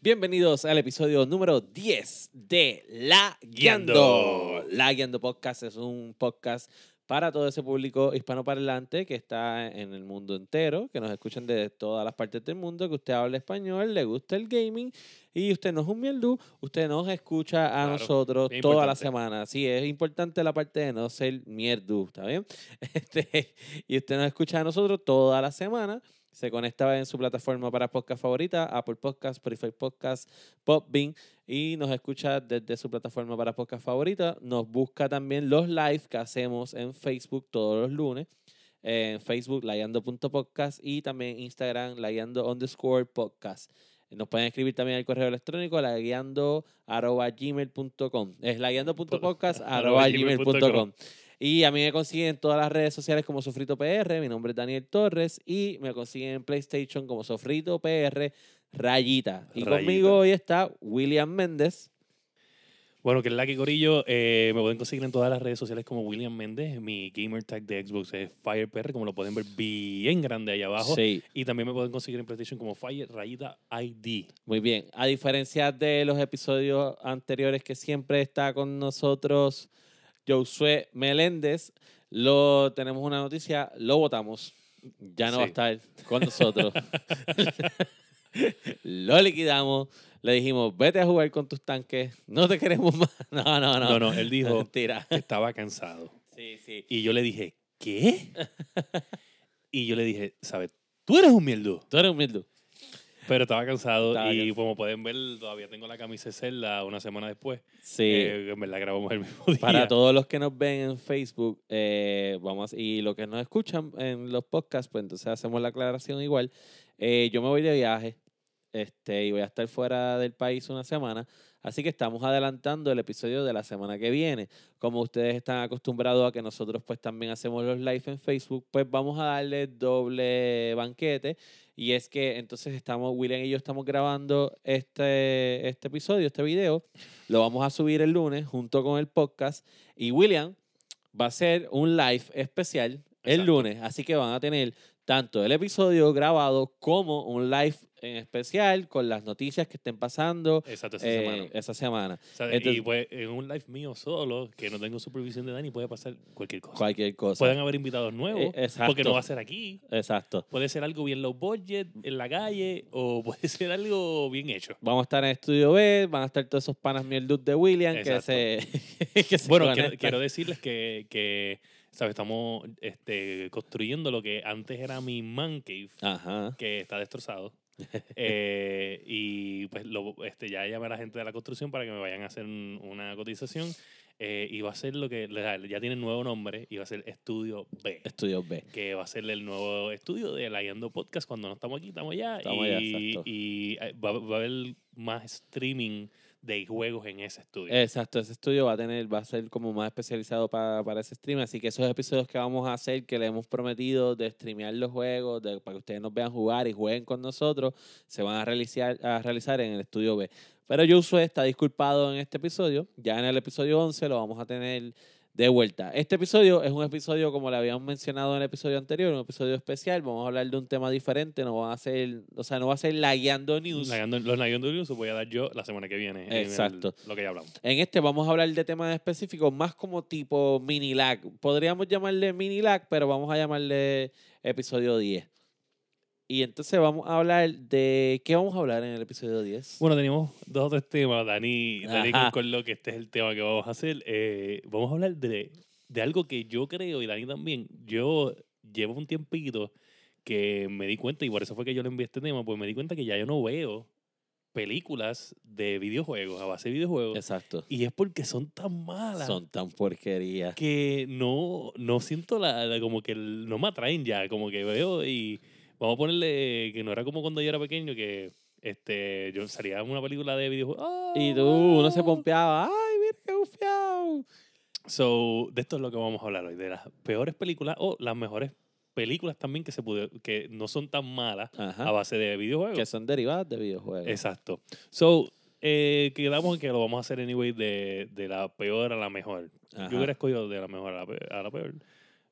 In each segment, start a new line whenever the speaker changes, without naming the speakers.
Bienvenidos al episodio número 10 de La Guiando. La Guiando Podcast es un podcast para todo ese público hispanoparlante que está en el mundo entero, que nos escuchan de todas las partes del mundo, que usted habla español, le gusta el gaming y usted no es un mierdú, usted nos escucha a
Claro,
nosotros
es
toda la
importante.
semana. Sí, es importante la parte de no ser mierdú, ¿está bien? Este, y usted nos escucha a nosotros toda la semana. Se conecta en su plataforma para podcast favorita, Apple Podcast, Spotify Podcast, Popbean, y nos escucha desde su plataforma para podcast favorita. Nos busca también los live que hacemos en Facebook todos los lunes. En Facebook, layando.podcast y también Instagram, layando underscore podcast. Nos pueden escribir también al correo electrónico, laguiando arroba gmail.com. Es laguiando.podcast arroba
Arroba gmail punto
gmail.com.
com.
Y a mí me consiguen en todas las redes sociales como Sofrito PR. Mi nombre es Daniel Torres. Y me consiguen en PlayStation como Sofrito PR Rayita. Y
Rayita.
conmigo hoy está William Méndez.
Bueno, que es la que Corillo. eh, me pueden conseguir en todas las redes sociales como William Méndez. Mi gamer tag de Xbox es FirePR, como lo pueden ver bien grande ahí abajo.
Sí.
Y también me pueden conseguir en PlayStation como Fire Rayita ID.
Muy bien. A diferencia de los episodios anteriores que siempre está con nosotros Josué Meléndez, lo tenemos una noticia, lo votamos. Ya no va a
Sí.
estar con nosotros. lo liquidamos. Le dijimos, vete a jugar con tus tanques. No te queremos más. No, no, Ah, no.
No, no, él dijo
Mentira.
que estaba cansado.
Sí, sí.
Y yo le dije, ¿qué? Y yo le dije, ¿sabes? Tú eres un mierdo.
Tú eres un mierdo.
Pero estaba cansado
Estaba
y
cansado.
como pueden ver, todavía tengo la camisa de celda una semana después.
Sí.
Eh, en verdad grabamos el mismo día.
Para todos los que nos ven en Facebook eh, vamos y los que nos escuchan en los podcasts, pues entonces hacemos la aclaración igual. Eh, yo me voy de viaje este, y voy a estar fuera del país una semana, así que estamos adelantando el episodio de la semana que viene. Como ustedes están acostumbrados a que nosotros pues también hacemos los live en Facebook, pues vamos a darle doble banquete. Y es que entonces estamos, William y yo estamos grabando este, este episodio, este video. Lo vamos a subir el lunes junto con el podcast. Y William va a hacer un live especial el
Exacto.
lunes. Así que van a tener tanto el episodio grabado como un live en especial con las noticias que estén pasando
Exacto, esa
eh,
semana.
esa semana.
O sea,
Entonces-
y pues en un live mío solo, que no tengo supervisión de Dani, puede pasar cualquier cosa.
Cualquier cosa.
Pueden haber invitados nuevos,
Eh, exacto.
porque no va a ser aquí.
Exacto.
Puede ser algo bien low budget, en la calle, o puede ser algo bien hecho.
Vamos a estar en Estudio B, van a estar todos esos panas mierdus de William que
Exacto.
se, que se
Bueno,
conectan.
quiero, quiero decirles que, que, ¿sabes? Estamos este, construyendo lo que antes era mi man cave,
Ajá.
que está destrozado. Eh, y pues lo, este, ya llamé a la gente de la construcción para que me vayan a hacer un- una cotización. Eh, y va a ser lo que ya tiene nuevo nombre y va a ser Estudio B.
Estudio B.
que va a ser el nuevo estudio de la Guiando Podcast. Cuando no estamos aquí, estamos allá.
Estamos
y
allá, exacto.
y, eh, va, va a haber más streaming de juegos en ese estudio.
Exacto, ese estudio va a tener, va a ser como más especializado para, para ese stream. Así que esos episodios que vamos a hacer, que le hemos prometido de streamear los juegos, de- para que ustedes nos vean jugar y jueguen con nosotros, se van a realizar, a realizar en el estudio B. Pero Josué está disculpado en este episodio. Ya en el episodio 11 lo vamos a tener de vuelta. Este episodio es un episodio, como le habíamos mencionado en el episodio anterior, un episodio especial. Vamos a hablar de un tema diferente. No va a ser, o sea, no va a ser la guiando news.
La Guiando- los Guiando News los voy a dar yo la semana que viene. en el-
Exacto.
lo que ya hablamos.
En este vamos a hablar de temas específicos, más como tipo mini lag. Podríamos llamarle mini lag, pero vamos a llamarle episodio 10. Y entonces vamos a hablar de. ¿Qué vamos a hablar en el episodio 10?
Bueno, tenemos dos o tres temas. Dani, Dani
Ajá.
concordó que este es el tema que vamos a hacer. Eh, vamos a hablar de, de algo que yo creo y Dani también. Yo llevo un tiempito que me di cuenta, y por eso fue que yo le envié este tema, pues me di cuenta que ya yo no veo películas de videojuegos, a base de videojuegos.
Exacto.
Y es porque son tan malas
Son tan porquerías.
que no, no siento la, la- como que el- no me atraen ya, como que veo y vamos a ponerle que no era como cuando yo era pequeño que este yo salía en una película de videojuegos ¡Ah!
Y tú, uno se pompeaba. ¡Ay, mira qué bufiao!
So, de esto es lo que vamos a hablar hoy, de las peores películas o las mejores películas también que se pudo, que no son tan malas a
Ajá.
base de videojuegos.
Que son derivadas de videojuegos.
Exacto. So, eh, quedamos en que lo vamos a hacer anyway de, de la peor a la mejor.
Ajá.
Yo hubiera escogido de la mejor a la pe- a la peor.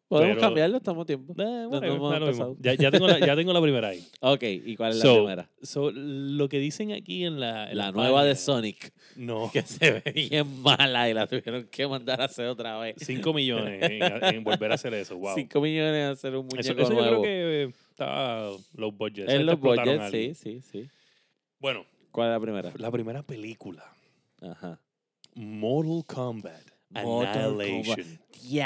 Podemos
Pero-
cambiarlo, estamos a tiempo.
Eh,
no
whatever,
hemos
da lo mismo.
empezado.
Ya, ya tengo la, ya tengo la primera ahí.
Ok, ¿y cuál es la
So,
primera?
So, lo que dicen aquí en la... en
La
la
nueva
página-
de Sonic,
No,
que se ve bien mala y la tuvieron que mandar a hacer otra vez.
5 millones en, en volver a hacer eso. Wow.
5 millones a hacer un
Eso,
muñeco
eso yo creo
nuevo.
que eh, estaba low budget.
en
Ahí te
los
explotaron
budgets, sí,
algo.
sí, sí.
Bueno,
¿Cuál es la primera?
la primera película,
Ajá.
Mortal Kombat,
Mortal
Annihilation.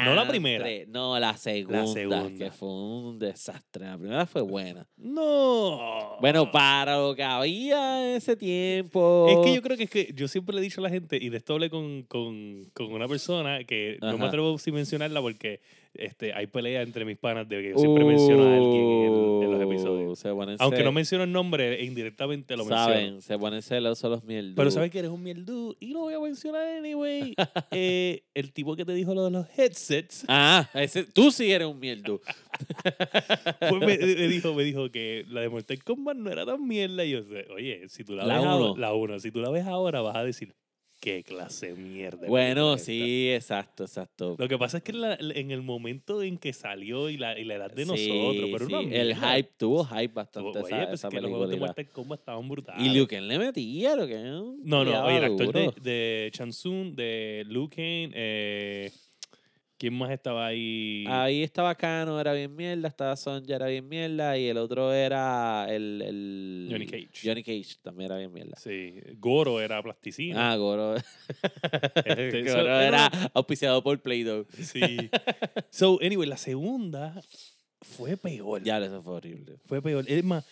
No la primera.
Diantre. No, la segunda,
segunda.
Que fue un desastre. La primera fue buena.
No.
Bueno, para lo que había en ese tiempo.
Es que yo creo que es que yo siempre le he dicho a la gente, y de esto hablé con, con, con una persona que no me
Ajá.
atrevo sin mencionarla porque este, hay pelea entre mis panas de que yo siempre menciono a alguien en, en los episodios.
Uh, Se ponen
Aunque no
cel-
menciono el nombre, e indirectamente lo menciono.
Saben, se ponen celosos los mierdos.
Pero sabes que eres un mierdu y lo voy a mencionar anyway. Eh, el tipo que te dijo lo de los headsets,
Ah, ese- tú sí eres un mierdo.
pues me, me dijo, me dijo que la de Mortal Kombat no era tan mierda. Y yo sé, oye, si tú la,
La
ves
uno.
ahora, la uno, si tú la ves ahora vas a decir, qué clase de mierda. de película
Bueno,
es esta".
sí, exacto, exacto.
Lo que pasa es que en, la- en el momento en que salió y la, y la edad de
Sí,
nosotros, pero
sí,
una
el
mierda.
hype tuvo hype bastante
Oye,
esa,
pues
esa
es que los juegos de
película.
Mortal Kombat estaban brutales.
Y Liu Kang le metía, lo que
No, no, oye, el actor de, de Chansun, de Liu Kang, eh, ¿quién más estaba ahí?
Ahí estaba Kano, era bien mierda, estaba Sonja, era bien mierda, y el otro era el, el-
Johnny Cage.
Johnny Cage también era bien mierda.
Sí, Goro era plasticina.
Ah, Goro.
Este,
Goro
so,
era auspiciado por Play-Doh.
Sí. So, anyway, la segunda fue peor.
Ya, eso fue horrible.
Fue peor. Es más,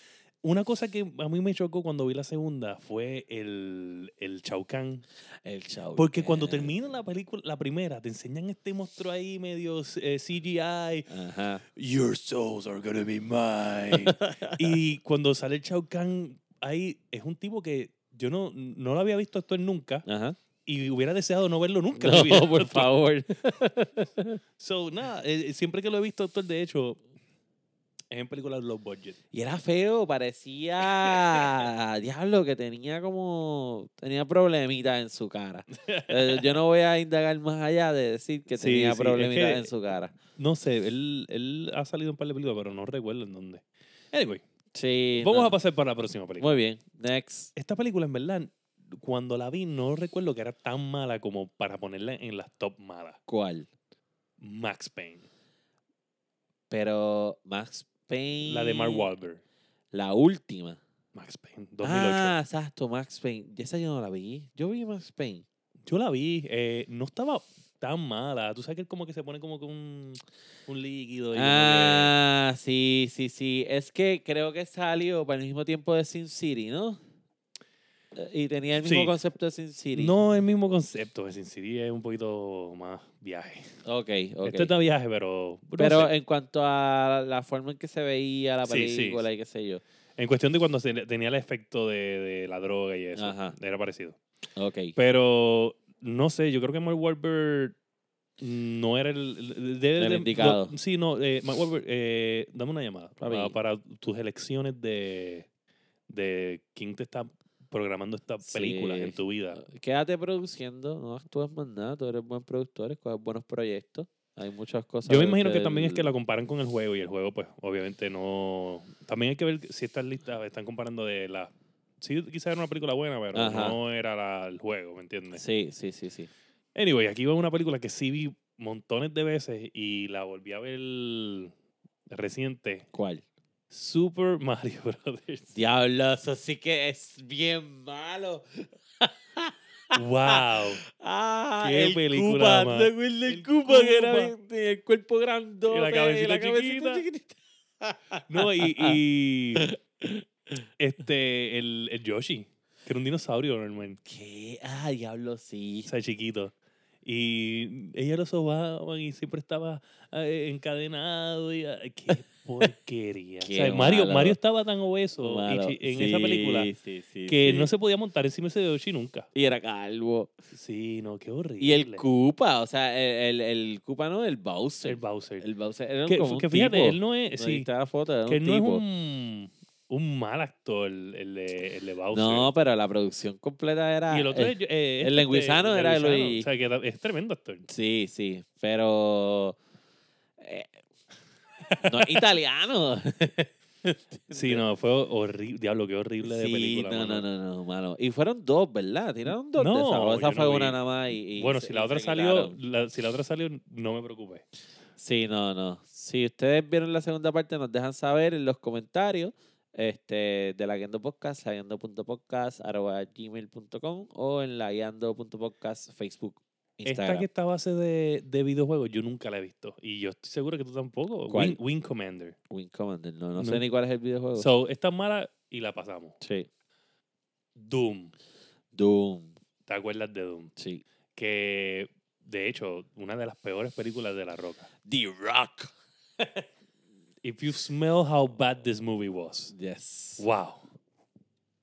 una cosa que a mí me chocó cuando vi la segunda fue el, el Chao Kahn.
El chau.
Porque cuando termina la película, la primera, te enseñan este monstruo ahí medio eh, CGI.
Ajá.
Your souls are gonna be mine. y cuando sale el Chao Kahn, ahí es un tipo que yo no, no lo había visto esto nunca
Ajá.
y hubiera deseado no verlo nunca. en mi vida.
No, pues. por favor.
So, nada, eh, siempre que lo he visto actuar, de hecho, es en películas low budget.
Y era feo, parecía. Diablo, que tenía como. Tenía problemitas en su cara. Eh, Yo no voy a indagar más allá de decir que
Sí,
tenía
sí, es
problemitas
que-
en su cara.
No sé, él, él ha salido en un par de películas, pero no recuerdo en dónde. Anyway,
Sí.
vamos
no.
a pasar para la próxima película.
Muy bien. Next.
Esta película, en verdad, cuando la vi, no recuerdo que era tan mala como para ponerla en las top malas.
¿Cuál?
Max Payne,
Pero Max Payne.
la de Mark Wahlberg.
La última.
Max Payne, 2008.
Ah, exacto, Max Payne. Ya Esa yo no la vi. Yo vi Max Payne.
Yo la vi, eh, no estaba tan mala. Tú sabes que él como que se pone como que un, un líquido. Y como que-
Ah, sí, sí, sí. Es que creo que salió para el mismo tiempo de Sin City, ¿no? Eh, Y tenía el mismo
Sí.
concepto de Sin City.
No es el mismo concepto, es City es un poquito más viaje.
Ok, ok.
Este está viaje, pero... no
Pero
sé.
en cuanto a la forma en que se veía la
Sí, sí,
película y qué sé yo.
en cuestión de cuando se le- tenía el efecto de, de la droga y eso,
Ajá.
era parecido.
Ok.
Pero no sé, yo creo que Mark Wahlberg no era el. el- debe
El
de-
indicado.
lo- sí, no, eh, Mark Wahlberg, eh, dame una llamada
Papi.
para, para tus elecciones de, de quién te está programando estas
Sí. Ah,
películas en tu vida.
Quédate produciendo, no actúas más nada. Tú eres buen productor, escoges buenos proyectos. Hay muchas cosas.
Yo me imagino que también es que
del-
la comparan con el juego y el juego, pues, obviamente no. También hay que ver si estas listas están comparando de la. Sí, quizás era una película buena, pero
Ajá.
no era la- el juego, ¿me entiendes?
Sí, sí, sí, sí.
Anyway, aquí va una película que sí vi montones de veces y la volví a ver reciente.
¿Cuál?
Super Mario Brothers.
Diablo, eso sí que es bien malo.
¡Wow!
Ah,
Qué
el
película
Koopa,
más.
¿te acuerdas del
El
Koopa que era
Koopa.
bien- el cuerpo grandote
Y la cabecita chiquita.
chiquitita?
No, y, y este, el, el Yoshi, que era un dinosaurio, normal.
¿Qué? Ah, diablo, sí.
O sea, chiquito. Y ella lo sobaban y siempre estaba eh, encadenado. Y, ay, ¡Qué porquería! O
Qué
sea, Mario,
malo.
Mario estaba tan obeso y
Malo.
chi- en esa
Sí,
película
sí, sí,
que
sí.
no se podía montar encima de ese Yoshi nunca.
Y era calvo.
Sí, no, qué horrible.
Y el Koopa, o sea, el, el, el Koopa no, el Bowser.
El
El,
Bowser.
Bowser era
que,
como un
que fíjate,
tipo.
él no es.
No,
sí,
ahí está la foto, era
que
un
él no es
tipo.
un, un mal actor, el, el de, el de Bowser.
No, pero la producción completa era...
y el otro
eh,
es, eh,
el lenguizano era
lenguizano.
Luis-
O sea, que es tremendo actor.
Sí, sí, pero eh, no es italiano.
Sí, no, fue horrible. Diablo, qué horrible de
sí,
película.
no,
mano.
no, no, no, malo. Y fueron dos, ¿verdad? Tiraron dos de
No,
esas. O esa
yo no
fue
vi.
una nada más y, y
Bueno,
se-
si la
y
otra
se
salió,
quitaron.
la- si la otra salió, no me preocupé.
Sí, no, no. Si ustedes vieron la segunda parte, nos dejan saber en los comentarios este, de la Guiando Podcast, gmail.com o en la guiando.podcast Facebook,
Esta
Instagram.
que está a base de, de videojuegos, yo nunca la he visto. Y yo estoy seguro que tú tampoco.
¿Cuál?
Wing, Wing Commander.
Wing Commander, no, no,
No.
sé ni cuál es el videojuego.
So, esta es mala y la pasamos.
sí.
Doom.
Doom,
¿Te acuerdas de Doom?
sí.
Que, de hecho, una de las peores películas de La Roca.
The Rock.
If you smell how bad this movie was.
Yes.
Wow.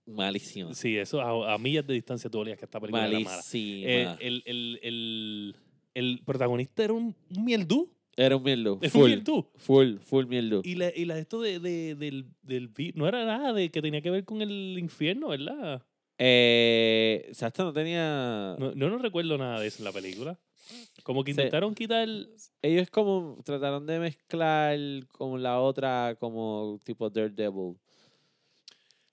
Malísimo.
Sí, eso a, a millas de distancia tú olías que esta película era mala.
Malísimo.
Eh, el, el, el, el protagonista era un mierdú.
Era un mierdo.
Era un
Full,
mierdú.
full, full mierdo.
Y la, y la de esto de, de- del, del vi- no era nada de que tenía que ver con el infierno, ¿verdad?
Eh, o sea, esto no tenía...
No, no, no recuerdo nada de eso en la película. Como que
Sí.
intentaron quitar.
Ellos como trataron de mezclar con la otra como tipo Daredevil.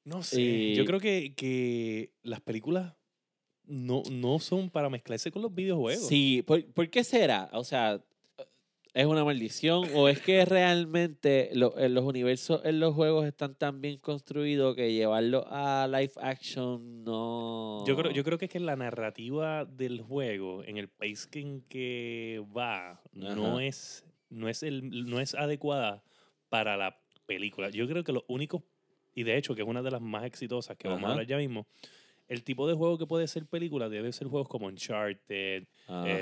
No
sé.
Yo creo que, que las películas no, no son para mezclarse con los videojuegos.
Sí, ¿por, por qué será? O sea, ¿es una maldición o es que realmente lo- eh, los universos en los juegos están tan bien construidos que llevarlo a live action no...
Yo creo, yo creo que es que la narrativa del juego, en el pace que- en que va, no
Ajá.
es, no, es el, no es adecuada para la película. Yo creo que los únicos, y de hecho que es una de las más exitosas que vamos
Ajá.
a hablar ya mismo, el tipo de juego que puede ser película debe ser juegos como Uncharted, eh,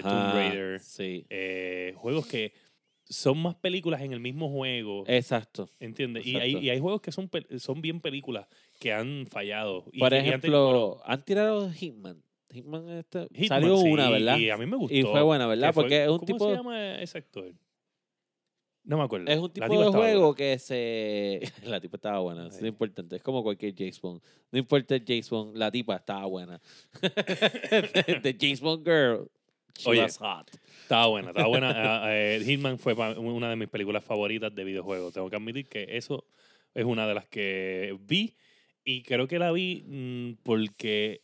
Tomb
Ajá,
Raider.
Sí,
eh, juegos que son más películas en el mismo juego,
exacto.
¿entiendes? Y hay,
exacto.
y hay juegos que son, pel- son bien películas que han fallado. Y
Por
que- y han tenido- bueno,
ejemplo, han tirado Hitman. Hitman, este-
Hitman,
salió
sí,
una, ¿verdad?
Y a mí me gustó.
Y fue buena, ¿verdad?
que fue-
Porque es un
¿cómo
tipo,
se llama ese actor? No me acuerdo.
es un
La
tipo
tipa
de
estaba
juego
buena.
que se... La tipa estaba buena, eso es
Ay.
lo importante. Es como cualquier James Bond. No importa el James Bond, la tipa estaba buena. The James Bond girl, she
Oye.
was hot.
Estaba buena, estaba buena. Ah, eh, Hitman fue pa- una de mis películas favoritas de videojuegos. Tengo que admitir que eso es una de las que vi y creo que la vi mm, porque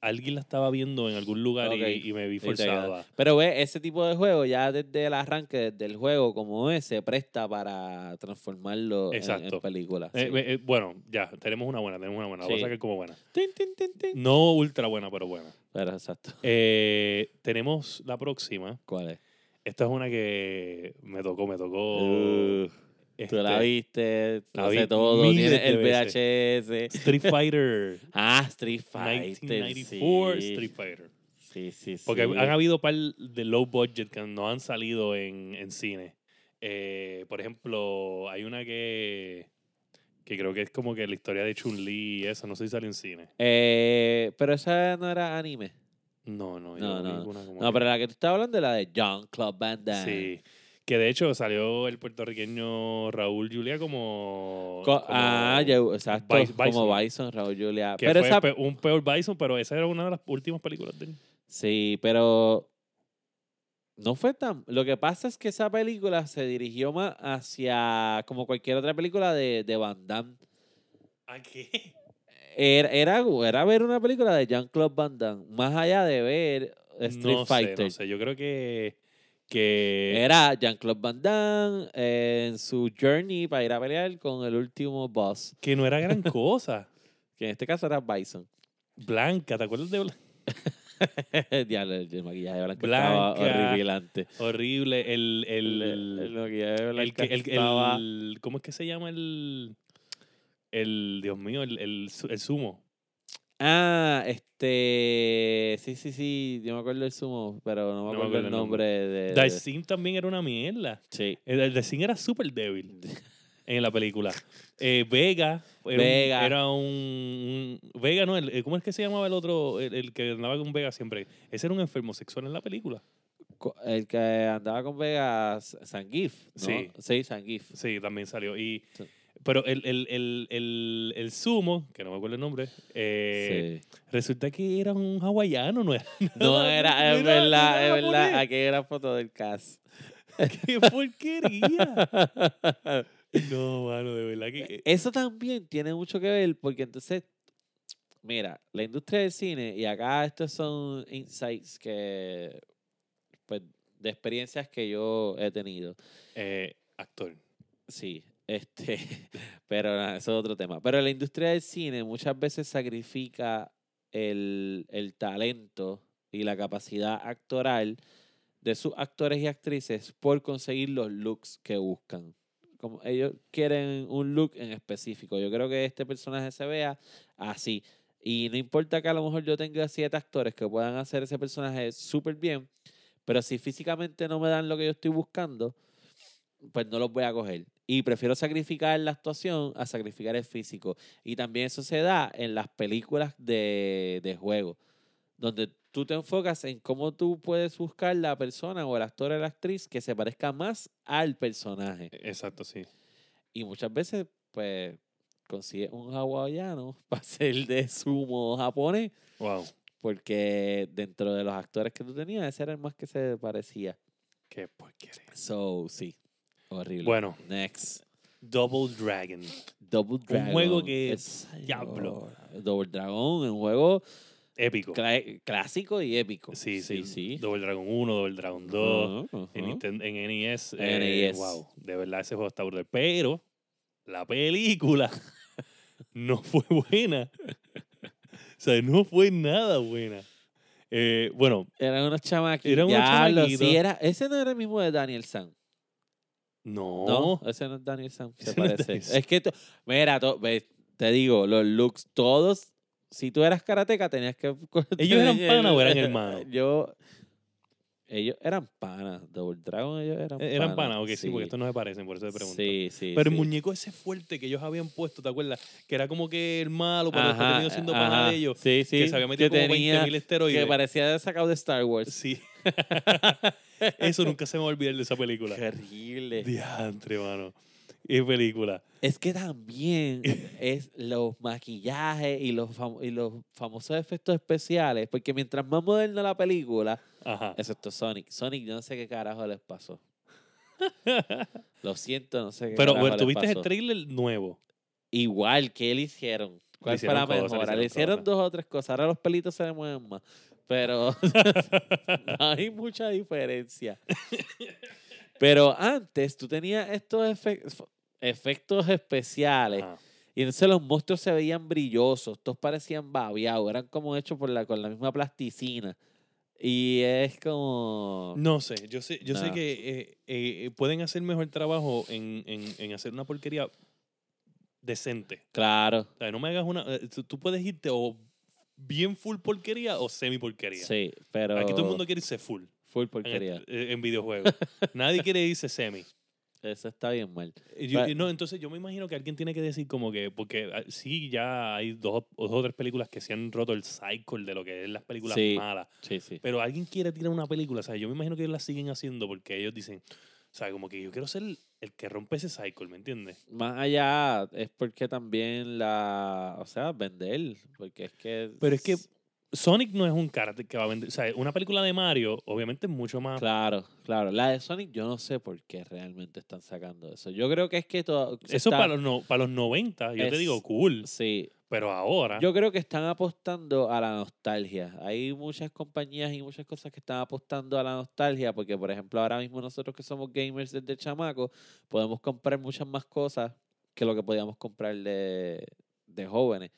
alguien la estaba viendo en algún lugar y-
Ok.
y, me vi
te quedas.
forzado. a-
Pero ve, ese tipo de juego ya desde el arranque, desde el juego como es, se presta para transformarlo en- en,
Exacto.
película.
Eh,
sí.
eh, eh, bueno, ya, tenemos una buena, tenemos una buena. La voy
Sí.
a sacar como buena.
Tin, tin, tin, tin.
No ultra buena, pero buena.
Pero exacto,
Eh, tenemos la próxima.
¿cuál es?
Esta es una que me tocó, me tocó.
Uh, Tú la
Oh, este,
viste,
la
la
vi
sé todo,
miles
tiene
de
el
veces.
VHS.
Street Fighter.
Ah, Street Fighter.
1994
sí.
Street Fighter.
Sí, sí, sí.
Porque han habido par de low budget que no han salido en, en cine. Eh, por ejemplo, hay una que, que creo que es como que la historia de Chun-Li y eso. No sé si salió en cine.
Eh, pero esa no era anime.
No, no. yo
No,
vi
no.
una como
No,
que-
pero la que tú estabas hablando es la de John Club Van Damme.
Sí. Que de hecho salió el puertorriqueño Raúl Julia como...
Co- ah,
como-
ya, exacto.
Bis-
como
Bison.
Bison, Raúl Julia.
Que
Pero
fue
esa.
pe- un peor Bison, pero esa era una de las últimas películas de él.
Sí, pero. No fue tan. Lo que pasa es que esa película se dirigió más hacia. Como cualquier otra película de, de Van Damme.
¿A qué?
Era, era, era ver una película de Jean-Claude Van Damme. Más allá de ver Street
no
Fighter.
Sé, no sé, yo creo que... que
Era Jean-Claude Van Damme eh, en su journey para ir a pelear con el último boss,
Que no era gran cosa.
que en este caso era Bison.
Blanca, ¿te acuerdas de Blanca?
Diablo, el el maquillaje de blanco estaba
Blanca.
horripilante.
Horrible. El, el,
El
el,
maquillaje de
que-
blanca
el- el-
estaba...
¿Cómo es que se llama el. El. Dios mío, el, el, su- el sumo.
Ah, este... Sí, sí, sí, yo me acuerdo del sumo, pero no me acuerdo el nombre de... de-
Daisin también era una mierda.
Sí.
El, el Daisin era súper débil en la película. Eh, Vega. Era
Vega.
Un, era un, un- Vega, no. el- el- ¿Cómo es que se llamaba el otro? El, el que andaba con Vega siempre. Ese era un enfermo sexual en la película.
Co- El que andaba con Vegas, Sangif, ¿no?
Sí.
Sí, Sangif.
Sí, también salió. Y,
Sí.
pero el, el, el, el, el sumo, que no me acuerdo el nombre,
Sí.
eh, resulta que era un hawaiano, no era.
No
nada-
era, es
no era- no
verdad,
era
es verdad.
japonés.
Aquí era foto del cast.
¡Qué porquería! No, mano, de verdad que. eh,
E, Eso también tiene mucho que ver porque entonces, mira, la industria del cine, y acá estos son insights que, pues, de experiencias que yo he tenido.
eh, actor.
Sí, este, pero nada, eso es otro tema. Pero la industria del cine muchas veces sacrifica el, el talento y la capacidad actoral de sus actores y actrices por conseguir los looks que buscan. Como ellos quieren un look en específico. Yo creo que este personaje se vea así. Y no importa que a lo mejor yo tenga siete actores que puedan hacer ese personaje súper bien, pero si físicamente no me dan lo que yo estoy buscando, pues no los voy a coger. Y prefiero sacrificar la actuación a sacrificar el físico. Y también eso se da en las películas de, de juego, donde tú te enfocas en cómo tú puedes buscar la persona o el actor o la actriz que se parezca más al personaje.
Exacto, sí.
Y muchas veces, pues, consigue un hawaiano para ser de sumo japonés,
Wow.
porque dentro de los actores que tú tenías, ese era el más que se parecía.
Qué porquería.
So, sí. Horrible.
Bueno,
Next.
Double Dragon.
Double Dragon.
juego que-
es
diablo.
Double Dragon, un juego
Épico.
cla- clásico y épico.
Sí, sí,
sí.
Double Dragon 1, Double Dragon 2.
Ajá,
en,
ajá.
Ninten- en NES. eh,
NES.
wow, de verdad ese juego está brutal. Pero la película no fue buena. o sea, no fue nada buena. Eh, bueno,
Eran unos chamaquitos.
Eran unos
Diablo, sí,
chamaquitos.
era, ese no era el mismo de Daniel San.
no.
No, ese no es Daniel Sam, se
Ese no es
parece.
Daniel
Es,
Sam.
que, to- mira, to- ve, te digo, los looks, todos, si tú eras karateca, tenías que...
¿Ellos eran pana o eran hermanos?
Yo... Ellos eran panas, Double Dragon ellos eran
Eh,
panas.
Eran panas, ok, sí. porque estos no se parecen, por eso te pregunto.
Sí, sí,
Pero el
sí.
muñeco ese fuerte que ellos habían puesto, ¿te acuerdas? Que era como que el malo, pero después
Ajá,
terminó siendo pana
ajá.
de ellos.
Sí, sí.
Que se había metido como
tenía-
20.000 esteroides.
Que parecía sacado de Star Wars.
Sí. eso nunca se me va a olvidar de esa película.
Qué horrible.
Diantre, mano. Qué película.
Es que también es los maquillajes y los, fam- y los famosos efectos especiales, porque mientras más moderna la película,
Ajá.
excepto Sonic, Sonic yo no sé qué carajo les pasó. Lo siento, no sé qué
Pero
carajo
bueno,
les
tuviste el
pasó.
trailer nuevo.
Igual, ¿qué le hicieron? ¿Cuál fue
hicieron
la
cosas, le
mejora?
hicieron
Le hicieron
cosas.
dos o tres cosas, ahora los pelitos se le mueven más. Pero no hay mucha diferencia. Pero antes tú tenías estos efe- efectos especiales
Ajá.
y entonces los monstruos se veían brillosos, todos parecían babeados, eran como hechos por la, con la misma plasticina. Y es como...
No sé, yo sé, yo sé
No.
que eh, eh, eh, pueden hacer mejor trabajo en, en- en hacer una porquería decente.
Claro,
O sea, no me hagas una. eh, Tú, tú puedes irte o bien full porquería o semi porquería.
sí, pero...
Aquí todo el mundo quiere irse full
Full
en, el-
porquería.
eh, en videojuegos. Nadie quiere irse semi.
Eso está bien mal.
Y yo-
Pero-
y no, entonces yo me imagino que alguien tiene que decir como que, porque ah, sí, ya hay dos, o- dos o tres películas que se han roto el cycle de lo que es las películas
Sí.
malas.
Sí, sí.
Pero alguien quiere tirar una película, o sea, yo me imagino que ellos la siguen haciendo porque ellos dicen, o sea, como que yo quiero ser el que rompe ese cycle, ¿me entiendes?
Más allá es porque también la... O sea, vender, porque es que...
Pero es que- Sonic no es un karate que va a vender, o sea, una película de Mario obviamente es mucho más...
Claro, claro. La de Sonic yo no sé por qué realmente están sacando eso. Yo creo que es que todo... se
Eso
está-
para los, no, para los 90, yo te
Es-
digo, cool,
Sí,
pero ahora...
yo creo que están apostando a la nostalgia. Hay muchas compañías y muchas cosas que están apostando a la nostalgia porque, por ejemplo, ahora mismo nosotros que somos gamers desde chamaco, podemos comprar muchas más cosas que lo que podíamos comprar de, de jóvenes.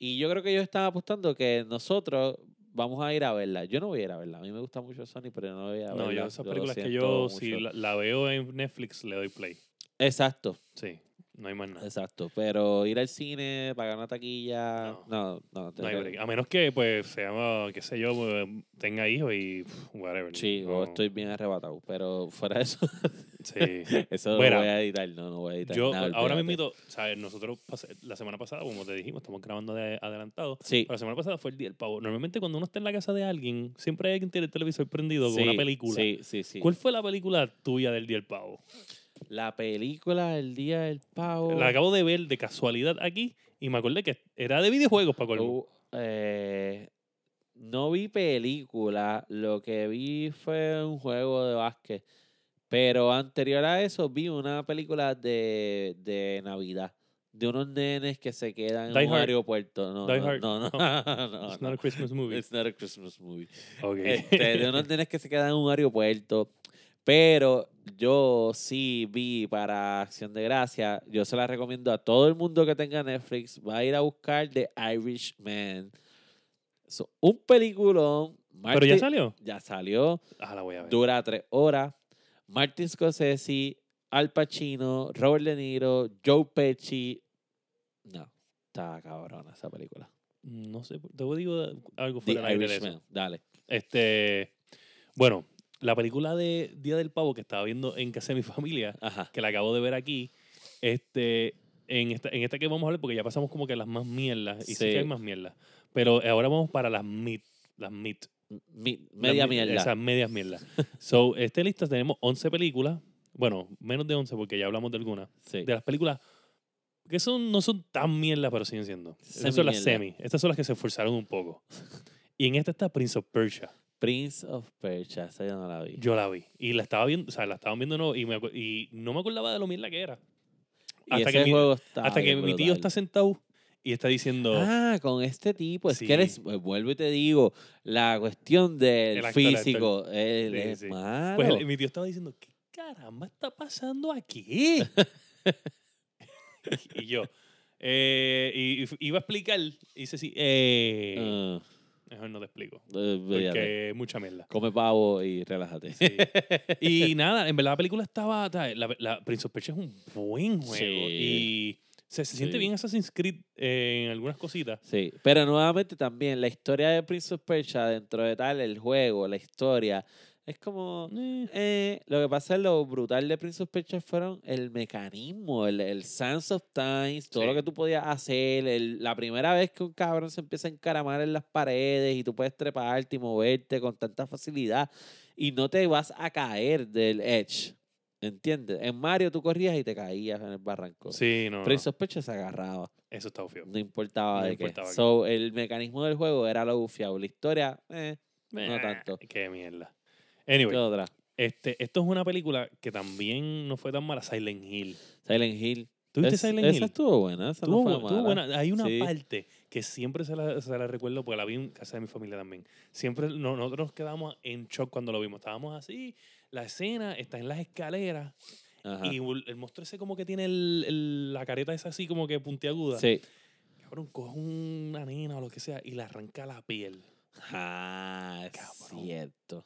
Y yo creo que ellos están apostando que nosotros vamos a ir a verla. Yo no voy a ir a verla. A mí me gusta mucho Sony, pero yo no voy a ir a verla.
no, yo esas
lo
películas que
siento
yo,
mucho.
si la, la veo en Netflix, le doy play.
Exacto,
Sí, no hay más nada.
exacto. Pero ir al cine, pagar una taquilla...
No.
No, no.
No hay
tendría-
break. A menos que, pues, sea, qué sé yo, pues, tenga hijos y pff, whatever.
Sí, o
No,
estoy bien arrebatado, pero fuera de eso,
Sí.
eso no
Mira,
voy a editar, no, no voy a editar.
Yo,
nada,
ahora
olvídate.
mismo, ¿sabes? Nosotros, pas- la semana pasada, como te dijimos, estamos grabando de adelantado.
Sí,
Pero la semana pasada fue el día del pavo. Normalmente, cuando uno está en la casa de alguien, siempre hay alguien que tiene el televisor prendido
sí,
con una película.
Sí, sí, sí.
¿Cuál fue la película tuya del día del pavo?
La película El Día del Pavo.
La acabo de ver de casualidad aquí y me acordé que era de videojuegos, para colmo.
Uh, eh, no vi película, lo que vi fue un juego de básquet. Pero anterior a eso vi una película de, de Navidad. De unos nenes que se quedan en
Die
un
Hard.
aeropuerto. No,
Die
no,
Hard.
no, no. no,
It's
no.
not a Christmas movie.
It's not a Christmas movie.
Ok.
Este, de unos nenes que se quedan en un aeropuerto. Pero yo sí vi para Acción de Gracia. Yo se la recomiendo a todo el mundo que tenga Netflix. Va a ir a buscar The Irishman. So, un peliculón.
Pero ya
Martin-
salió.
Ya salió.
Ah, la voy a ver.
Dura tres horas. Martin Scorsese, Al Pacino, Robert De Niro, Joe Pesci. No, está cabrona esa película.
Mm, No sé, te digo algo
The
fuera del aire de eso.
Irishman. Dale.
Este, bueno, la película de Día del Pavo que estaba viendo en casa de mi familia,
Ajá.
que la acabo de ver aquí, este, en esta, en esta que vamos a hablar, porque ya pasamos como que las más mierdas, y sé
Sí.
que hay más mierdas, pero ahora vamos para las mid, las mid.
Mi-
las
media
mid-
mierda.
Esas medias mierdas. so, este lista tenemos 11 películas, bueno, menos de 11 porque ya hablamos de algunas,
Sí.
de las películas que son, no son tan mierdas, pero siguen siendo. Esas son las
Semimierda.
semi, estas son las que se esforzaron un poco. Y en esta está Prince of Persia.
Prince of Persia, esa yo no la vi.
Yo la vi. Y la estaba viendo, o sea, la estaban viendo de nuevo y, me acu- y no me acordaba de lo mierda que era.
Y
hasta
ese
que mi-
juego está
Hasta que
bien
mi tío está
brutal.
sentado y está diciendo
Ah, con este tipo. Es
Sí.
que eres, pues, vuelvo y te digo, la cuestión del
El actor, el actor.
físico, él
Sí,
es
sí.
malo.
Pues el- mi tío estaba diciendo, ¿qué caramba está pasando aquí? y yo, eh, y, y fu- iba a explicar, y dice así, eh,
Ah,
mejor no te explico,
eh, fíjate.
porque es mucha mierda.
Come pavo y relájate.
Sí. y nada, en verdad la película estaba, ta- la, la Prince of Persia es un buen juego
Sí.
y se, se siente
Sí.
bien Assassin's Creed eh, en algunas cositas.
Sí, pero nuevamente también la historia de Prince of Persia dentro de tal, el juego, la historia, es como...
Eh,
eh, lo que pasa es lo brutal de Prince of Persia fueron el mecanismo, el, el sense of times, todo
Sí.
lo que tú podías hacer, el- la primera vez que un cabrón se empieza a encaramar en las paredes y tú puedes treparte y moverte con tanta facilidad y no te vas a caer del edge, ¿entiendes? En Mario tú corrías y te caías en el barranco.
sí, no, no,
Prince of Persia se agarraba.
eso está feo.
No importaba
No
de
importaba
qué.
qué.
So, el mecanismo del juego era lo bufiado. La historia, eh, no tanto.
Qué mierda.
¿qué
Anyway,
otra?
este, esto es una película que también no fue tan mala, Silent Hill.
Silent Hill.
¿Tuviste
Es-
Silent
Esa
Hill?
estuvo buena, esa no
Estuvo
fue
bu- estuvo
mala.
buena. Hay una
Sí.
parte que siempre se la, se la recuerdo porque la vi en casa de mi familia también. Siempre no- nosotros nos quedamos en shock cuando lo vimos. Estábamos así, la escena está en las escaleras
Ajá.
y bol- el monstruo ese como que tiene el- el- la careta esa así como que puntiaguda.
Sí.
Cabrón, coge una nena o lo que sea y le arranca la piel.
Ah, es
Cabrón.
cierto.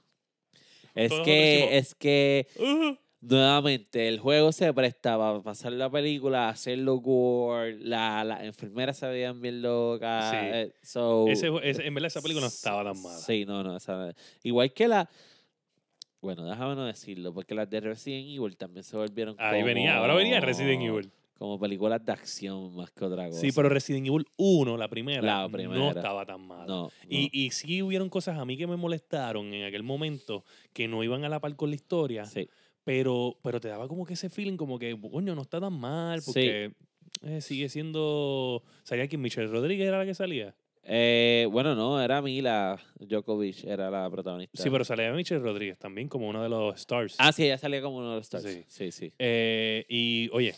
Es
nosotros
que,
hicimos-
es que,
¡Ah!
nuevamente, el juego se prestaba a pasar la película, a hacerlo gore, la- las enfermeras se veían bien locas.
Sí.
eh, so,
Ese jue- ese- en verdad esa película no estaba tan mala.
Sí, no, no. esa- igual que la. Bueno, déjame no decirlo, porque las de Resident Evil también se volvieron.
Ahí
como-
venía, ahora venía Resident Evil.
Como películas de acción más que otra cosa.
Sí, pero Resident Evil 1, la primera,
La
no
primera.
estaba tan mala.
No,
Y, y sí hubieron cosas a mí que me molestaron en aquel momento que no iban a la par con la historia,
no, sí.
pero, pero te daba como que ese feeling como que, coño, no está tan mal,
Sí.
porque eh, sigue siendo... ¿Sabía que Michelle Rodríguez era la que salía?
Eh, bueno, no, era Mila Djokovic, era la protagonista.
Sí, pero salía Michelle Rodríguez también como uno de los stars.
Ah, sí, ella salía como uno de los stars.
Sí.
Sí, sí. sí.
Eh, y oye,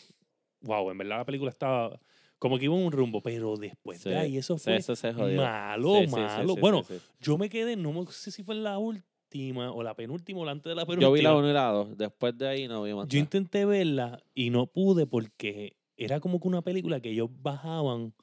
wow, en verdad la película estaba como que iba en un rumbo, pero después de ahí Pues eso fue...
Eso se jodió.
Malo,
Sí, sí, sí,
malo.
sí,
bueno,
sí, sí.
yo me quedé, no me- sé si fue en la última o la penúltima o la antes de la penúltima.
Yo vi la 1 y la 2. Después de ahí no vi más.
Yo
nada.
intenté verla y no pude porque era como que una película que ellos bajaban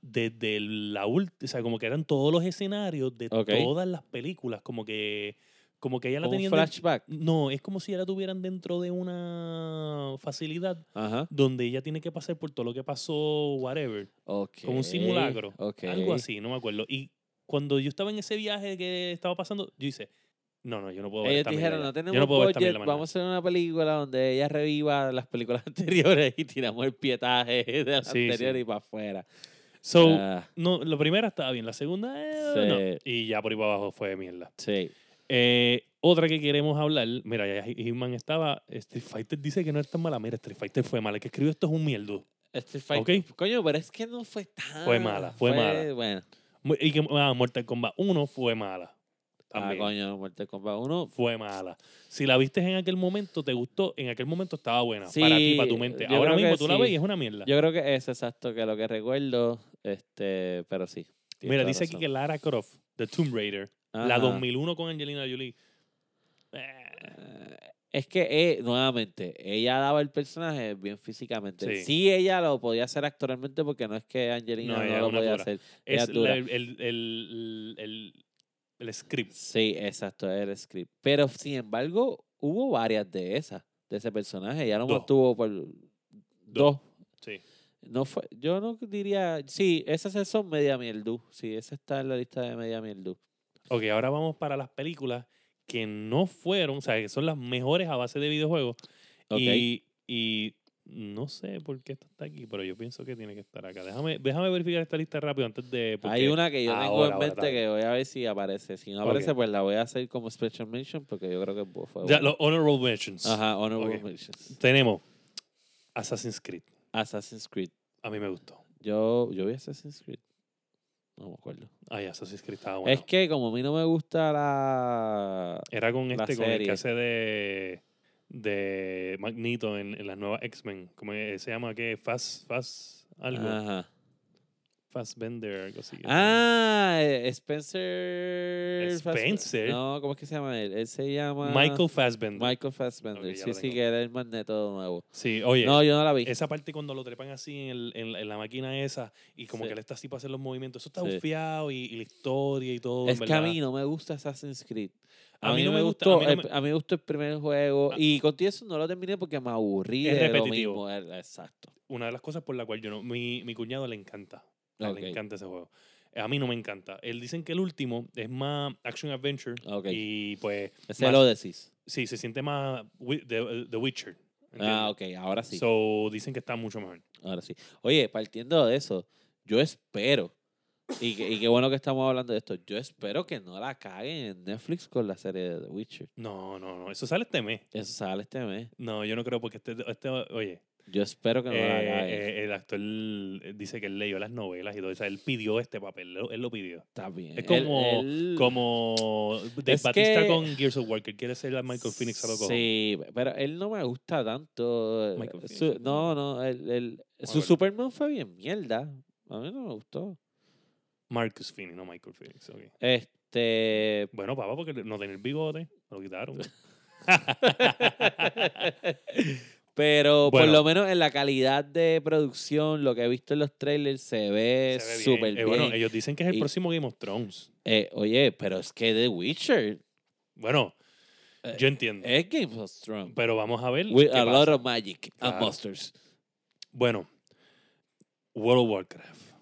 desde la última, o sea, como que eran todos los escenarios de
Ok.
todas las películas, como que como que ella la
Como
tenían
Un
den-
flashback.
no, es como si ya la tuvieran dentro de una facilidad
Ajá.
donde ella tiene que pasar por todo lo que pasó, whatever.
Okay.
Como un simulacro.
Ok.
Algo así, no me acuerdo. Y cuando yo estaba en ese viaje que estaba pasando, yo hice, no, no, yo no puedo ver
Ellos
esta
dijeron,
mierda.
no tenemos
yo no puedo ver esta
budget,
mierda más nada".
vamos a hacer una película donde ella reviva las películas anteriores y tiramos el pietaje de las
Sí, sí.
anteriores y para afuera.
So,
Ah,
No, la primera estaba bien, la segunda eh, no. Y ya por ahí para abajo fue mierda.
sí.
Eh, otra que queremos hablar, mira, ya Hitman estaba, Street Fighter dice que no es tan mala, mira, Street Fighter fue mala, el que escribió esto es un mierdo.
Street Fighter.
Ok.
Coño, pero es que no fue tan...
Fue mala, fue mala.
Bueno, ah,
Mu- Y que ah, Mortal Kombat 1 fue mala.
Ah,
También.
coño, Mortal Kombat 1.
Fue mala. Si la viste en aquel momento, te gustó, en aquel momento estaba buena.
Sí,
para ti, para tu mente.
yo
Ahora
creo que
mismo tú la
sí.
ves y es una mierda.
Yo creo que es exacto que lo que recuerdo, este, pero sí. tienes
Mira,
toda
dice aquí
razón.
que Lara Croft, The Tomb Raider, la
Ajá.
2001 con Angelina Jolie. Eh,
Eh, Es que, eh, nuevamente, ella daba el personaje bien físicamente. Sí.
Sí.
ella lo podía hacer actualmente porque no es que Angelina
No,
no,
ella es
lo
una
podía
dura.
hacer. Ella
es
es dura.
la- el, el, el, el- el script.
Sí, exacto, era el script. Pero, sin embargo, hubo varias de esas, de ese personaje. Ella lo
Dos.
mantuvo por dos.
Sí.
No fue, yo no diría, sí, esas son media mieldu. Sí, esa está en la lista de media mieldu.
Ok, ahora vamos para las películas que no fueron, o sea, que son las mejores a base de videojuegos.
Ok.
Y, y no sé por qué esto está aquí, pero yo pienso que tiene que estar acá. Déjame, déjame verificar esta lista rápido antes de... porque-
Hay una que yo tengo
ahora,
en
ahora
mente
está bien.
que voy a ver si aparece. Si no
Ok.
aparece, pues la voy a hacer como special mention porque yo creo que bu- fue.
Ya,
buena.
los honorable mentions.
Ajá, honorable
Ok.
mentions.
Tenemos Assassin's Creed.
Assassin's Creed.
A mí me gustó.
Yo, yo vi Assassin's Creed. No me acuerdo.
Ay, Assassin's Creed estaba bueno.
Es que como a mí no me gusta la...
Era con
la
este, con el
serie.
que hace de, de Magneto en, en las nuevas X-Men. ¿Cómo es? se llama? ¿Qué? Fast, Fast, algo.
Ajá.
Fast Bender, algo así.
Ah, eh, Spencer. Fassbe-
Spencer.
No, ¿cómo es que se llama él? Él se llama.
Michael Fassbender.
Michael Fassbender.
Ok, ya
sí,
lo
sí,
tengo.
que era el magneto nuevo.
sí, oye.
No, yo no la vi.
Esa parte cuando lo trepan así en, el- en la- en la máquina esa y como
Sí.
que él está así para hacer los movimientos. Eso está
Sí.
bufiado y, y la historia y todo. en
Es que a
verdad.
mí no me gusta Assassin's Creed.
A mí no me gusta,
gustó,
a mí no
el-
me-
me gustó el primer juego.
Ah.
Y contigo eso no lo terminé porque me aburrí
Es
de lo
repetitivo.
mismo. el- Exacto.
Una de las cosas por la cual yo no... Mi, mi cuñado le encanta. A él
Ok,
Ah, Le encanta ese juego. Eh, A mí no me encanta. Él dicen que el último es más action adventure
ok.
y pues
Ese
más-
lo decís.
sí se siente más wi- eh, The, The Witcher. ¿entiendes?
Ah, ok, ahora sí.
So dicen que está mucho mejor.
Ahora sí. Oye, partiendo de eso, yo espero, y, que- y qué bueno que estamos hablando de esto, yo espero que no la caguen en Netflix con la serie de The Witcher.
No, no, no. Eso sale este mes.
Eso sale este mes.
No, yo no creo porque este, este- oye,
Yo espero que no la
eh,
caguen.
eh, el actor eh, dice que él leyó las novelas y todo. O sea, él pidió este papel. lo- Él lo pidió.
Está bien.
es como-
Él- él-
Como de
Es
Batista
que-
con Gears of War, que él quiere ser a Michael Phoenix a lo cojo.
Sí, pero él no me gusta tanto.
Michael
Su-
Phoenix.
no, no, él- él- su
acuerdo.
Superman fue bien mierda. A mí no me gustó.
Marcus Phoenix, no Michael Phoenix. ok.
Este,
Bueno, papá, porque no tenía el bigote, me lo quitaron.
Pero por
Bueno.
lo menos en la calidad de producción, lo que he visto en los trailers se ve
Se ve bien.
súper
Eh,
bien.
bueno, ellos dicen que es el
Y-
próximo Game of Thrones.
Eh, oye, pero es que The Witcher
Bueno,
Eh,
yo entiendo.
es Game of Thrones.
Mm. pero vamos a ver.
With
qué
a
pasa.
lot of magic and
Claro.
monsters.
Bueno, World of Warcraft.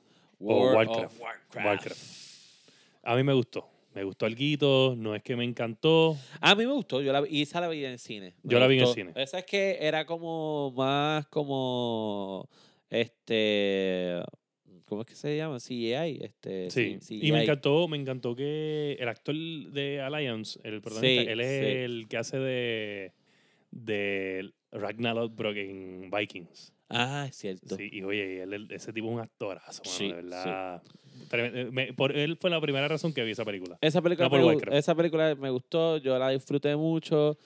War of
Warcraft.
Warcraft.
Warcraft. A mí me gustó. Me gustó algo, no es que me encantó.
A mí me gustó, yo la vi, y esa la vi en el cine. me
Yo la vi en el
gustó.
cine.
Esa es que era como más como este ¿cómo es que se llama? CGI, este
Sí.
CGI.
Y me encantó, me encantó que el actor de Alliance, el protagonista,
Sí,
él es
sí.
el que hace de, de Ragnar Lothbrok en Vikings.
Ah, es cierto.
Sí, y oye, y él- él- ese tipo es un actorazo, mano,
Sí,
de verdad. Tremendo. Me- por él fue la primera razón que vi esa película.
Esa película,
No por
me, gu-
Warcraft.
esa película me gustó, yo la disfruté mucho.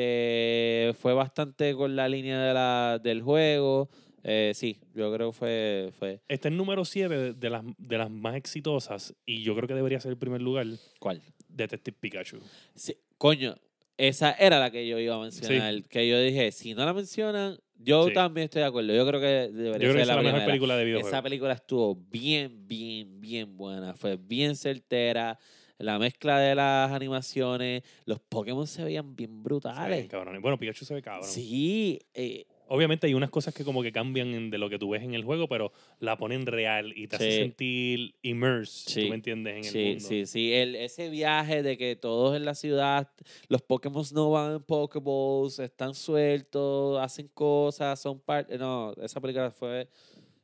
Este fue bastante con la línea de la, del juego. Eh, sí, yo creo que fue, fue.
Está en número 7 de, de las, de las más exitosas y yo creo que debería ser el primer lugar,
¿Cuál?
Detective Pikachu.
Sí, coño, esa era la que yo iba a mencionar. Que yo dije, si no la mencionan, yo
Sí.
también estoy de acuerdo. Yo creo que debería
Yo creo que
ser
es la,
la,
mejor
primera.
película de
Esa
videojuegos.
película estuvo bien, bien, bien buena. Fue bien certera. La mezcla de las animaciones, los Pokémon se veían bien
Se ve bien
brutales.
cabrón. Bueno, Pikachu se ve cabrón.
Sí, eh,
Obviamente hay unas cosas que como que cambian en- de lo que tú ves en el juego, pero la ponen real y te hace
Sí.
sentir immersed,
Sí.
tú me entiendes, en
sí,
el mundo.
sí, sí. El, ese viaje de que todos en la ciudad, los Pokémon no van en Pokéballs, están sueltos, hacen cosas, son parte. No, esa película fue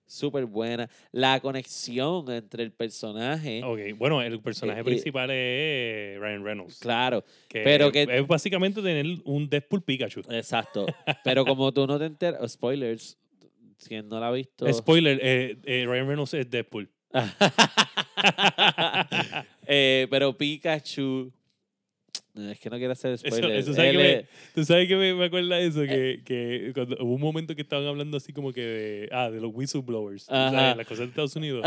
súper buena. La conexión entre el personaje,
Ok, bueno, el personaje
Eh, eh,
principal es Ryan Reynolds.
claro,
que
pero que-
es básicamente tener un Deadpool Pikachu.
exacto. Pero como tú no te enteras, oh, spoilers, si no la ha visto.
Spoiler, eh, eh, Ryan Reynolds es Deadpool.
Eh, pero Pikachu No, es que no quiero hacer
Eso-
spoilers.
eso sabe
Él
que me-
es-
¿Tú sabes que me, me acuerda eso?
Eh.
Que, que cuando, hubo un momento que estaban hablando así como que de, ah, de los whistleblowers, tú ¿sabes?
Ajá.
las cosas de Estados Unidos.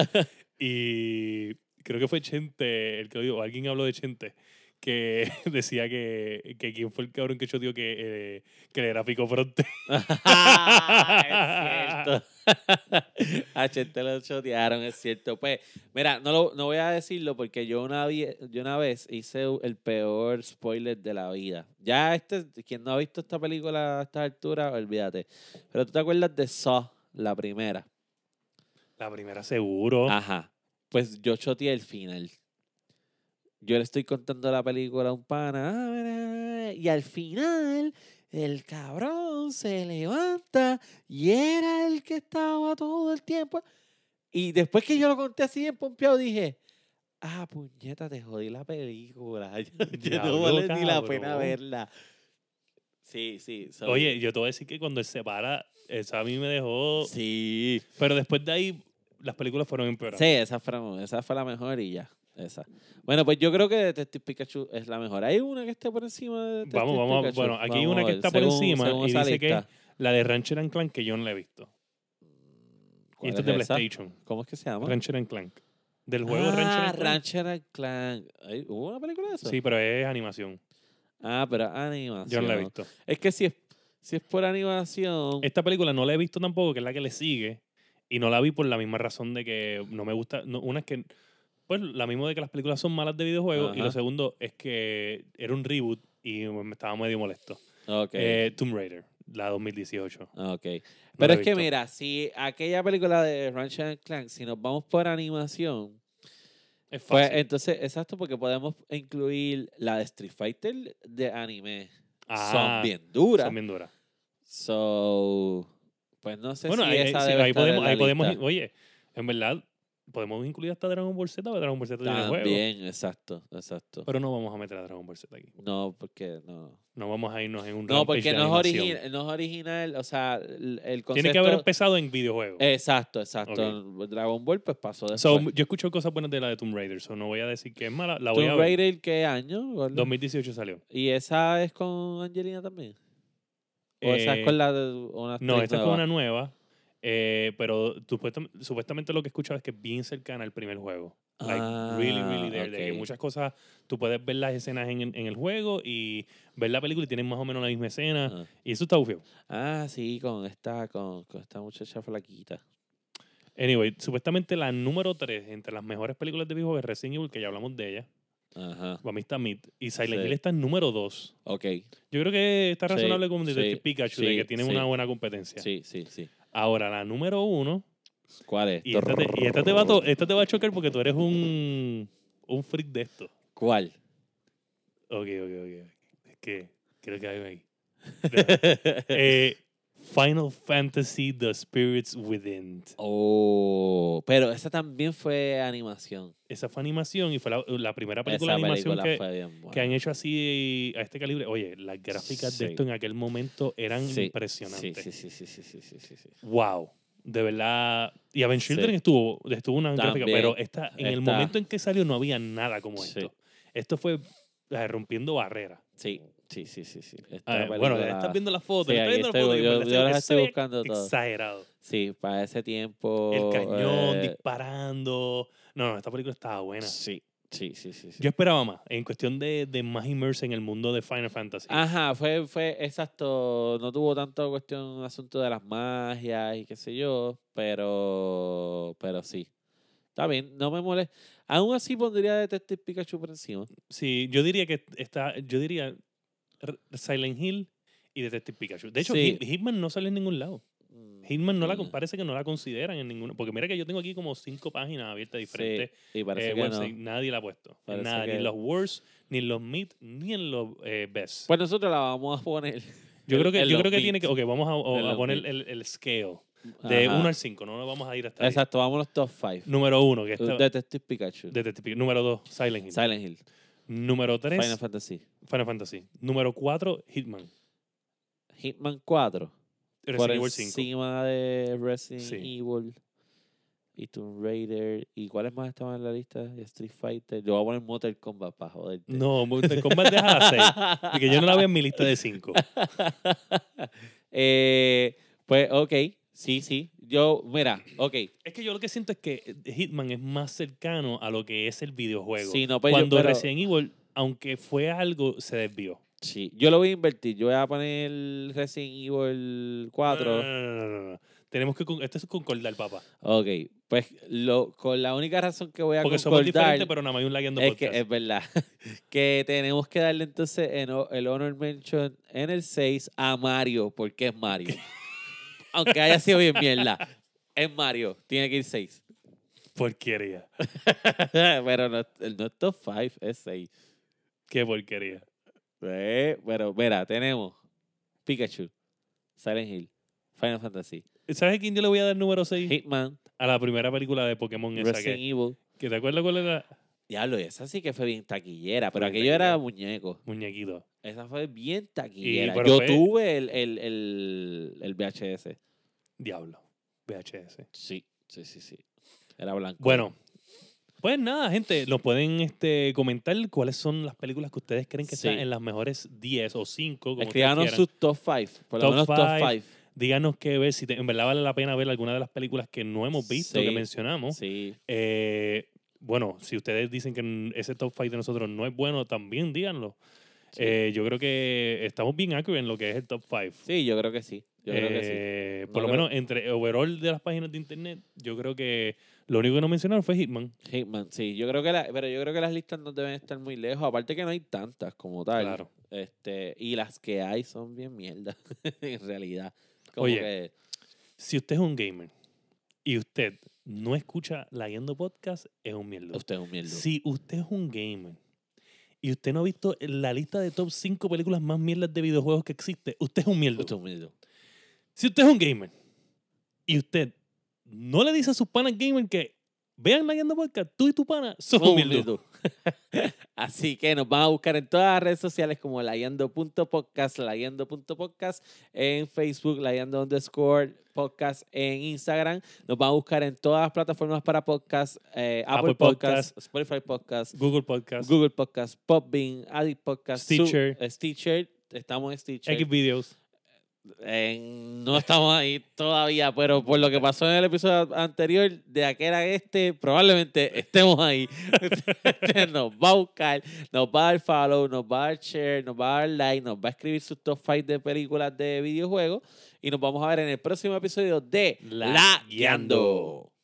y creo que fue Chente el que dijo, o alguien habló de Chente, que decía que, que quién fue el cabrón que yo digo que, eh, que le graficó fronte.
es cierto. A Chente lo chotearon, es cierto. Pues, mira, no, lo, no voy a decirlo porque yo una, vie- yo una vez hice el peor spoiler de la vida. Ya este, quien no ha visto esta película a estas alturas, olvídate. Pero tú te acuerdas de Saw, la primera.
La primera seguro.
Ajá. Pues yo choteé el final. Yo le estoy contando la película a un pana. ah, mira, Y al final, el cabrón se levanta y era el que estaba todo el tiempo. Y después que yo lo conté así en Pompeo, dije: Ah, puñeta, te jodí la película. Ya no
Diablo,
vale ni la pena
cabrón.
verla. Sí, sí. sorry.
Oye, yo te voy a decir que cuando él se para, eso a mí me dejó...
sí.
Pero después de ahí, las películas fueron empeorando.
Sí, esa fue, la- esa fue la mejor y ya. Esa. Bueno, pues yo creo que Detective Pikachu es la mejor. ¿Hay una que esté por encima de Detective
Vamos, vamos a-
Pikachu?
bueno, aquí hay
Vamos
una
a
que
ver,
está por encima y
esa
dice que-
lista.
La de Rancher and Clank que yo no la he visto. Y
¿Cuál
esta es de
esa?
PlayStation.
¿Cómo es que se llama?
Rancher and Clank. Del juego
ah,
Rancher and Clank.
Rancher and Clank. Ay, ¿Hubo una película de eso?
Sí, pero es animación.
Ah, pero animación.
Yo no la he visto.
Es que si es, si es por animación...
Esta película no la he visto tampoco, que es la que le sigue. Y no la vi por la misma razón de que no me gusta. no, una es que. Pues la misma de que las películas son malas de videojuegos. Y
Ajá.
lo segundo es que era un reboot y me estaba medio molesto.
ok,
Eh, Tomb Raider, la 2018.
ok.
No
Pero
la he
es que
visto.
mira, si aquella película de Rancher and Clank, si nos vamos por animación...
Es
Pues
fácil.
entonces, exacto, porque podemos incluir la de Street Fighter de anime.
Ah,
son bien duras.
son bien duras.
So, pues no sé
Bueno,
si
ahí,
esa
sí,
debe
ahí
estar en
podemos,
la
ahí podemos
lista.
oye, en verdad, podemos incluir hasta Dragon Ball Z, porque Dragon Ball Z tiene juego.
También, exacto, exacto.
Pero no vamos a meter a Dragon Ball Z aquí.
No, porque no.
No vamos a irnos en un
No,
rampage
porque
de
no es,
animación.
origi- no es original, o sea, el, el concepto...
Tiene que haber empezado en videojuegos.
Exacto, exacto. Dragon Ball Eh, pues pasó después.
So, yo escucho cosas buenas de la de Tomb Raider, so no voy a decir que es mala, la voy a
¿Tomb
ver.
Raider qué año? gordo?
2018 salió.
¿Y esa es con Angelina también? ¿O esa es
Eh,
con la de una actriz
No, esta es
nueva?
como una nueva, eh, pero supuestam- supuestamente lo que he escuchado es que es bien cercana al primer juego. Like, really, really
Ah,
there. de que
ok.
muchas cosas, tú puedes ver las escenas en, en el juego y ver la película y tienen más o menos la misma escena.
Ah.
Y eso está bufio.
Ah, sí, con esta, con, con esta muchacha flaquita.
Anyway, supuestamente la número 3 entre las mejores películas de videojuegos es Resident Evil, que ya hablamos de ella.
Ajá.
Para mí está Mid. Y Silent
Sí.
Hill está en número 2.
Ok.
Yo creo que está
Sí,
razonable con
sí,
Detective Pikachu, de
sí,
que tiene
sí.
una buena competencia.
Sí, sí, sí.
Ahora, la número 1.
¿Cuál es?
Y esta te, y esta te va a to- esta te va a chocar porque tú eres un, un freak de esto.
¿Cuál?
Ok, ok, ok. Es que creo que hay ahí. Eh, Final Fantasy The Spirits Within.
oh, pero esa también fue animación.
Esa fue animación y fue la, la primera película
Esa
de animación
película
que,
fue bien buena.
que han hecho así a este calibre. Oye, las gráficas
Sí.
de esto en aquel momento eran
Sí,
impresionantes.
Sí, sí, sí, sí, sí, sí, sí, sí.
Wow. De verdad. Y Avengers
Sí.
Children estuvo, estuvo una
También,
gráfica, pero esta, en el
esta-
momento en que salió no había nada como
Sí.
esto. Esto fue eh, rompiendo barreras.
Sí, sí, sí, sí, sí. Esta
Ah, bueno,
película-
estás viendo las fotos.
Sí,
estás
ahí
viendo
estoy,
las fotos y en
yo,
verdad
yo
se ve
las
que se
estoy
ve
buscando todas.
Exagerado.
Sí, para ese tiempo.
El cañón
eh,
disparando. No, no, esta película estaba buena.
Sí, sí, sí, sí. sí.
Yo esperaba más, en cuestión de, de más immerse en el mundo de Final Fantasy.
Ajá, fue, fue exacto. No tuvo tanto cuestión asunto de las magias y qué sé yo, pero, pero sí. Está bien, no me molesta. Aún así pondría Detective Pikachu por encima.
Sí, yo diría que está, yo diría R- Silent Hill y Detective Pikachu. De hecho,
Sí.
Hit- Hitman no sale en ningún lado.
Mm,
Hitman no la
mm,
com- parece que no la consideran en ninguno. Porque mira que yo tengo aquí como cinco páginas abiertas
sí,
diferentes.
y parece
eh,
que
website.
no.
Nadie la ha puesto.
Parece
Nada, ni
que-
en los worst, ni en los mid, ni en los eh, best.
Pues nosotros la vamos a poner.
yo
en-
creo que,
en
yo
los
creo que tiene que.
beats.
Ok, vamos a, o-
En
a
los
poner
beats.
el, el scale de
Ajá.
1 al 5. No nos vamos a ir hasta ahí.
Exacto, vamos los top 5.
Número 1, que está.
Detective Pikachu.
Detective Pikachu. Número 2, Silent Hill.
Silent Hill.
Número 3,
Final
Final,
Fantasy.
Fantasy. Número 4, Hitman.
Hitman 4.
Resident
por
Evil 5.
encima de Resident
Sí.
Evil. y Tomb Raider. ¿Y cuáles más estaban en la lista? Y Street Fighter. Yo voy a poner Mortal Kombat para joderte.
No, pues, Mortal Kombat deja de hacer. Porque yo no la veo en mi lista de cinco.
Eh, pues, ok. Sí, sí. Yo, mira, ok.
Es que yo lo que siento es que eh, Hitman es más cercano a lo que es el videojuego.
Sí, no, pues yo-
Cuando
pero-
Resident Evil, aunque fue algo, se desvió.
Sí, yo lo voy a invertir. Yo voy a poner Resident Evil 4.
No, no, no, no, no, no. Tenemos que. con- Esto es concordar, papá.
Ok, pues lo, con la única razón que voy a
Porque somos
concordar
diferentes, pero nada más hay un lagueando
es que
podcast.
es verdad que tenemos que darle entonces en o- el honor mention en el 6 a Mario, porque es Mario. Aunque haya sido bien mierda, es Mario, tiene que ir 6.
Porquería.
pero no, no es top 5, es 6.
Qué porquería.
pero mira, tenemos Pikachu, Silent Hill, Final Fantasy,
¿Sabes a quién yo le voy a dar número 6?
Hitman,
A la primera película de Pokémon esa
Resident
que,
Evil.
que. ¿Te acuerdas cuál era?
Diablo, y esa sí que fue bien taquillera, pero
Bien
aquello era
taquillera.
muñeco.
Muñequito.
Esa fue bien taquillera.
pero
Yo
fue-
tuve el, el, el, el VHS.
Diablo. VHS.
Sí, sí, sí, sí. Era blanco.
Bueno, pues nada, gente, nos pueden este, comentar cuáles son las películas que ustedes creen que
Sí.
están en las mejores 10 o 5. Como ustedes
escribanos
quieran.
sus top 5. Por lo
Top
menos top
five,
5.
Díganos qué ver, si te- en verdad vale la pena ver alguna de las películas que no hemos visto,
Sí.
que mencionamos.
Sí.
Eh, bueno, si ustedes dicen que n- ese top 5 de nosotros no es bueno, también díganlo.
Sí.
Eh, yo creo que estamos bien accurate en lo que es el top 5.
Sí, yo creo que sí. Yo creo
eh,
que sí. No
Por lo
creo-
menos entre overall de las páginas de internet, yo creo que lo único que no mencionaron fue Hitman.
Hitman, sí. Yo creo que la- pero yo creo que las listas no deben estar muy lejos. Aparte que no hay tantas como tal.
Claro.
Este, y las que hay son bien mierda. en realidad. Como
Oye.
que-
Si usted es un gamer y usted no escucha la Guiando Podcast, es un mierda.
usted es un mierdo.
Si usted es un gamer y usted no ha visto la lista de top 5 películas más mierdas de videojuegos que existe, usted es un mierda.
Usted es un mierdo.
Si usted es un gamer y usted no le dice a sus panas gamer que vean la Guiando Podcast, tú y tu pana son un
Somos
mierda.
humildes. Así que nos van a buscar en todas las redes sociales como layando.podcast, layando.podcast en Facebook, layando underscore podcast en Instagram. Nos van a buscar en todas las plataformas para podcast, eh, Apple,
Apple
podcast, Spotify Podcast,
Google Podcast,
Google Podcast, Podbean, Addict Podcast, Su-
Stitcher.
eh, Stitcher. Estamos en Stitcher.
X videos.
En- no estamos ahí todavía, pero por lo que pasó en el episodio anterior, de aquel a este, probablemente estemos ahí. nos va a buscar, nos va a dar follow, nos va a dar share, nos va a dar like, nos va a escribir sus top 5 de películas de videojuegos y nos vamos a ver en el próximo episodio de
La
La
Guiando.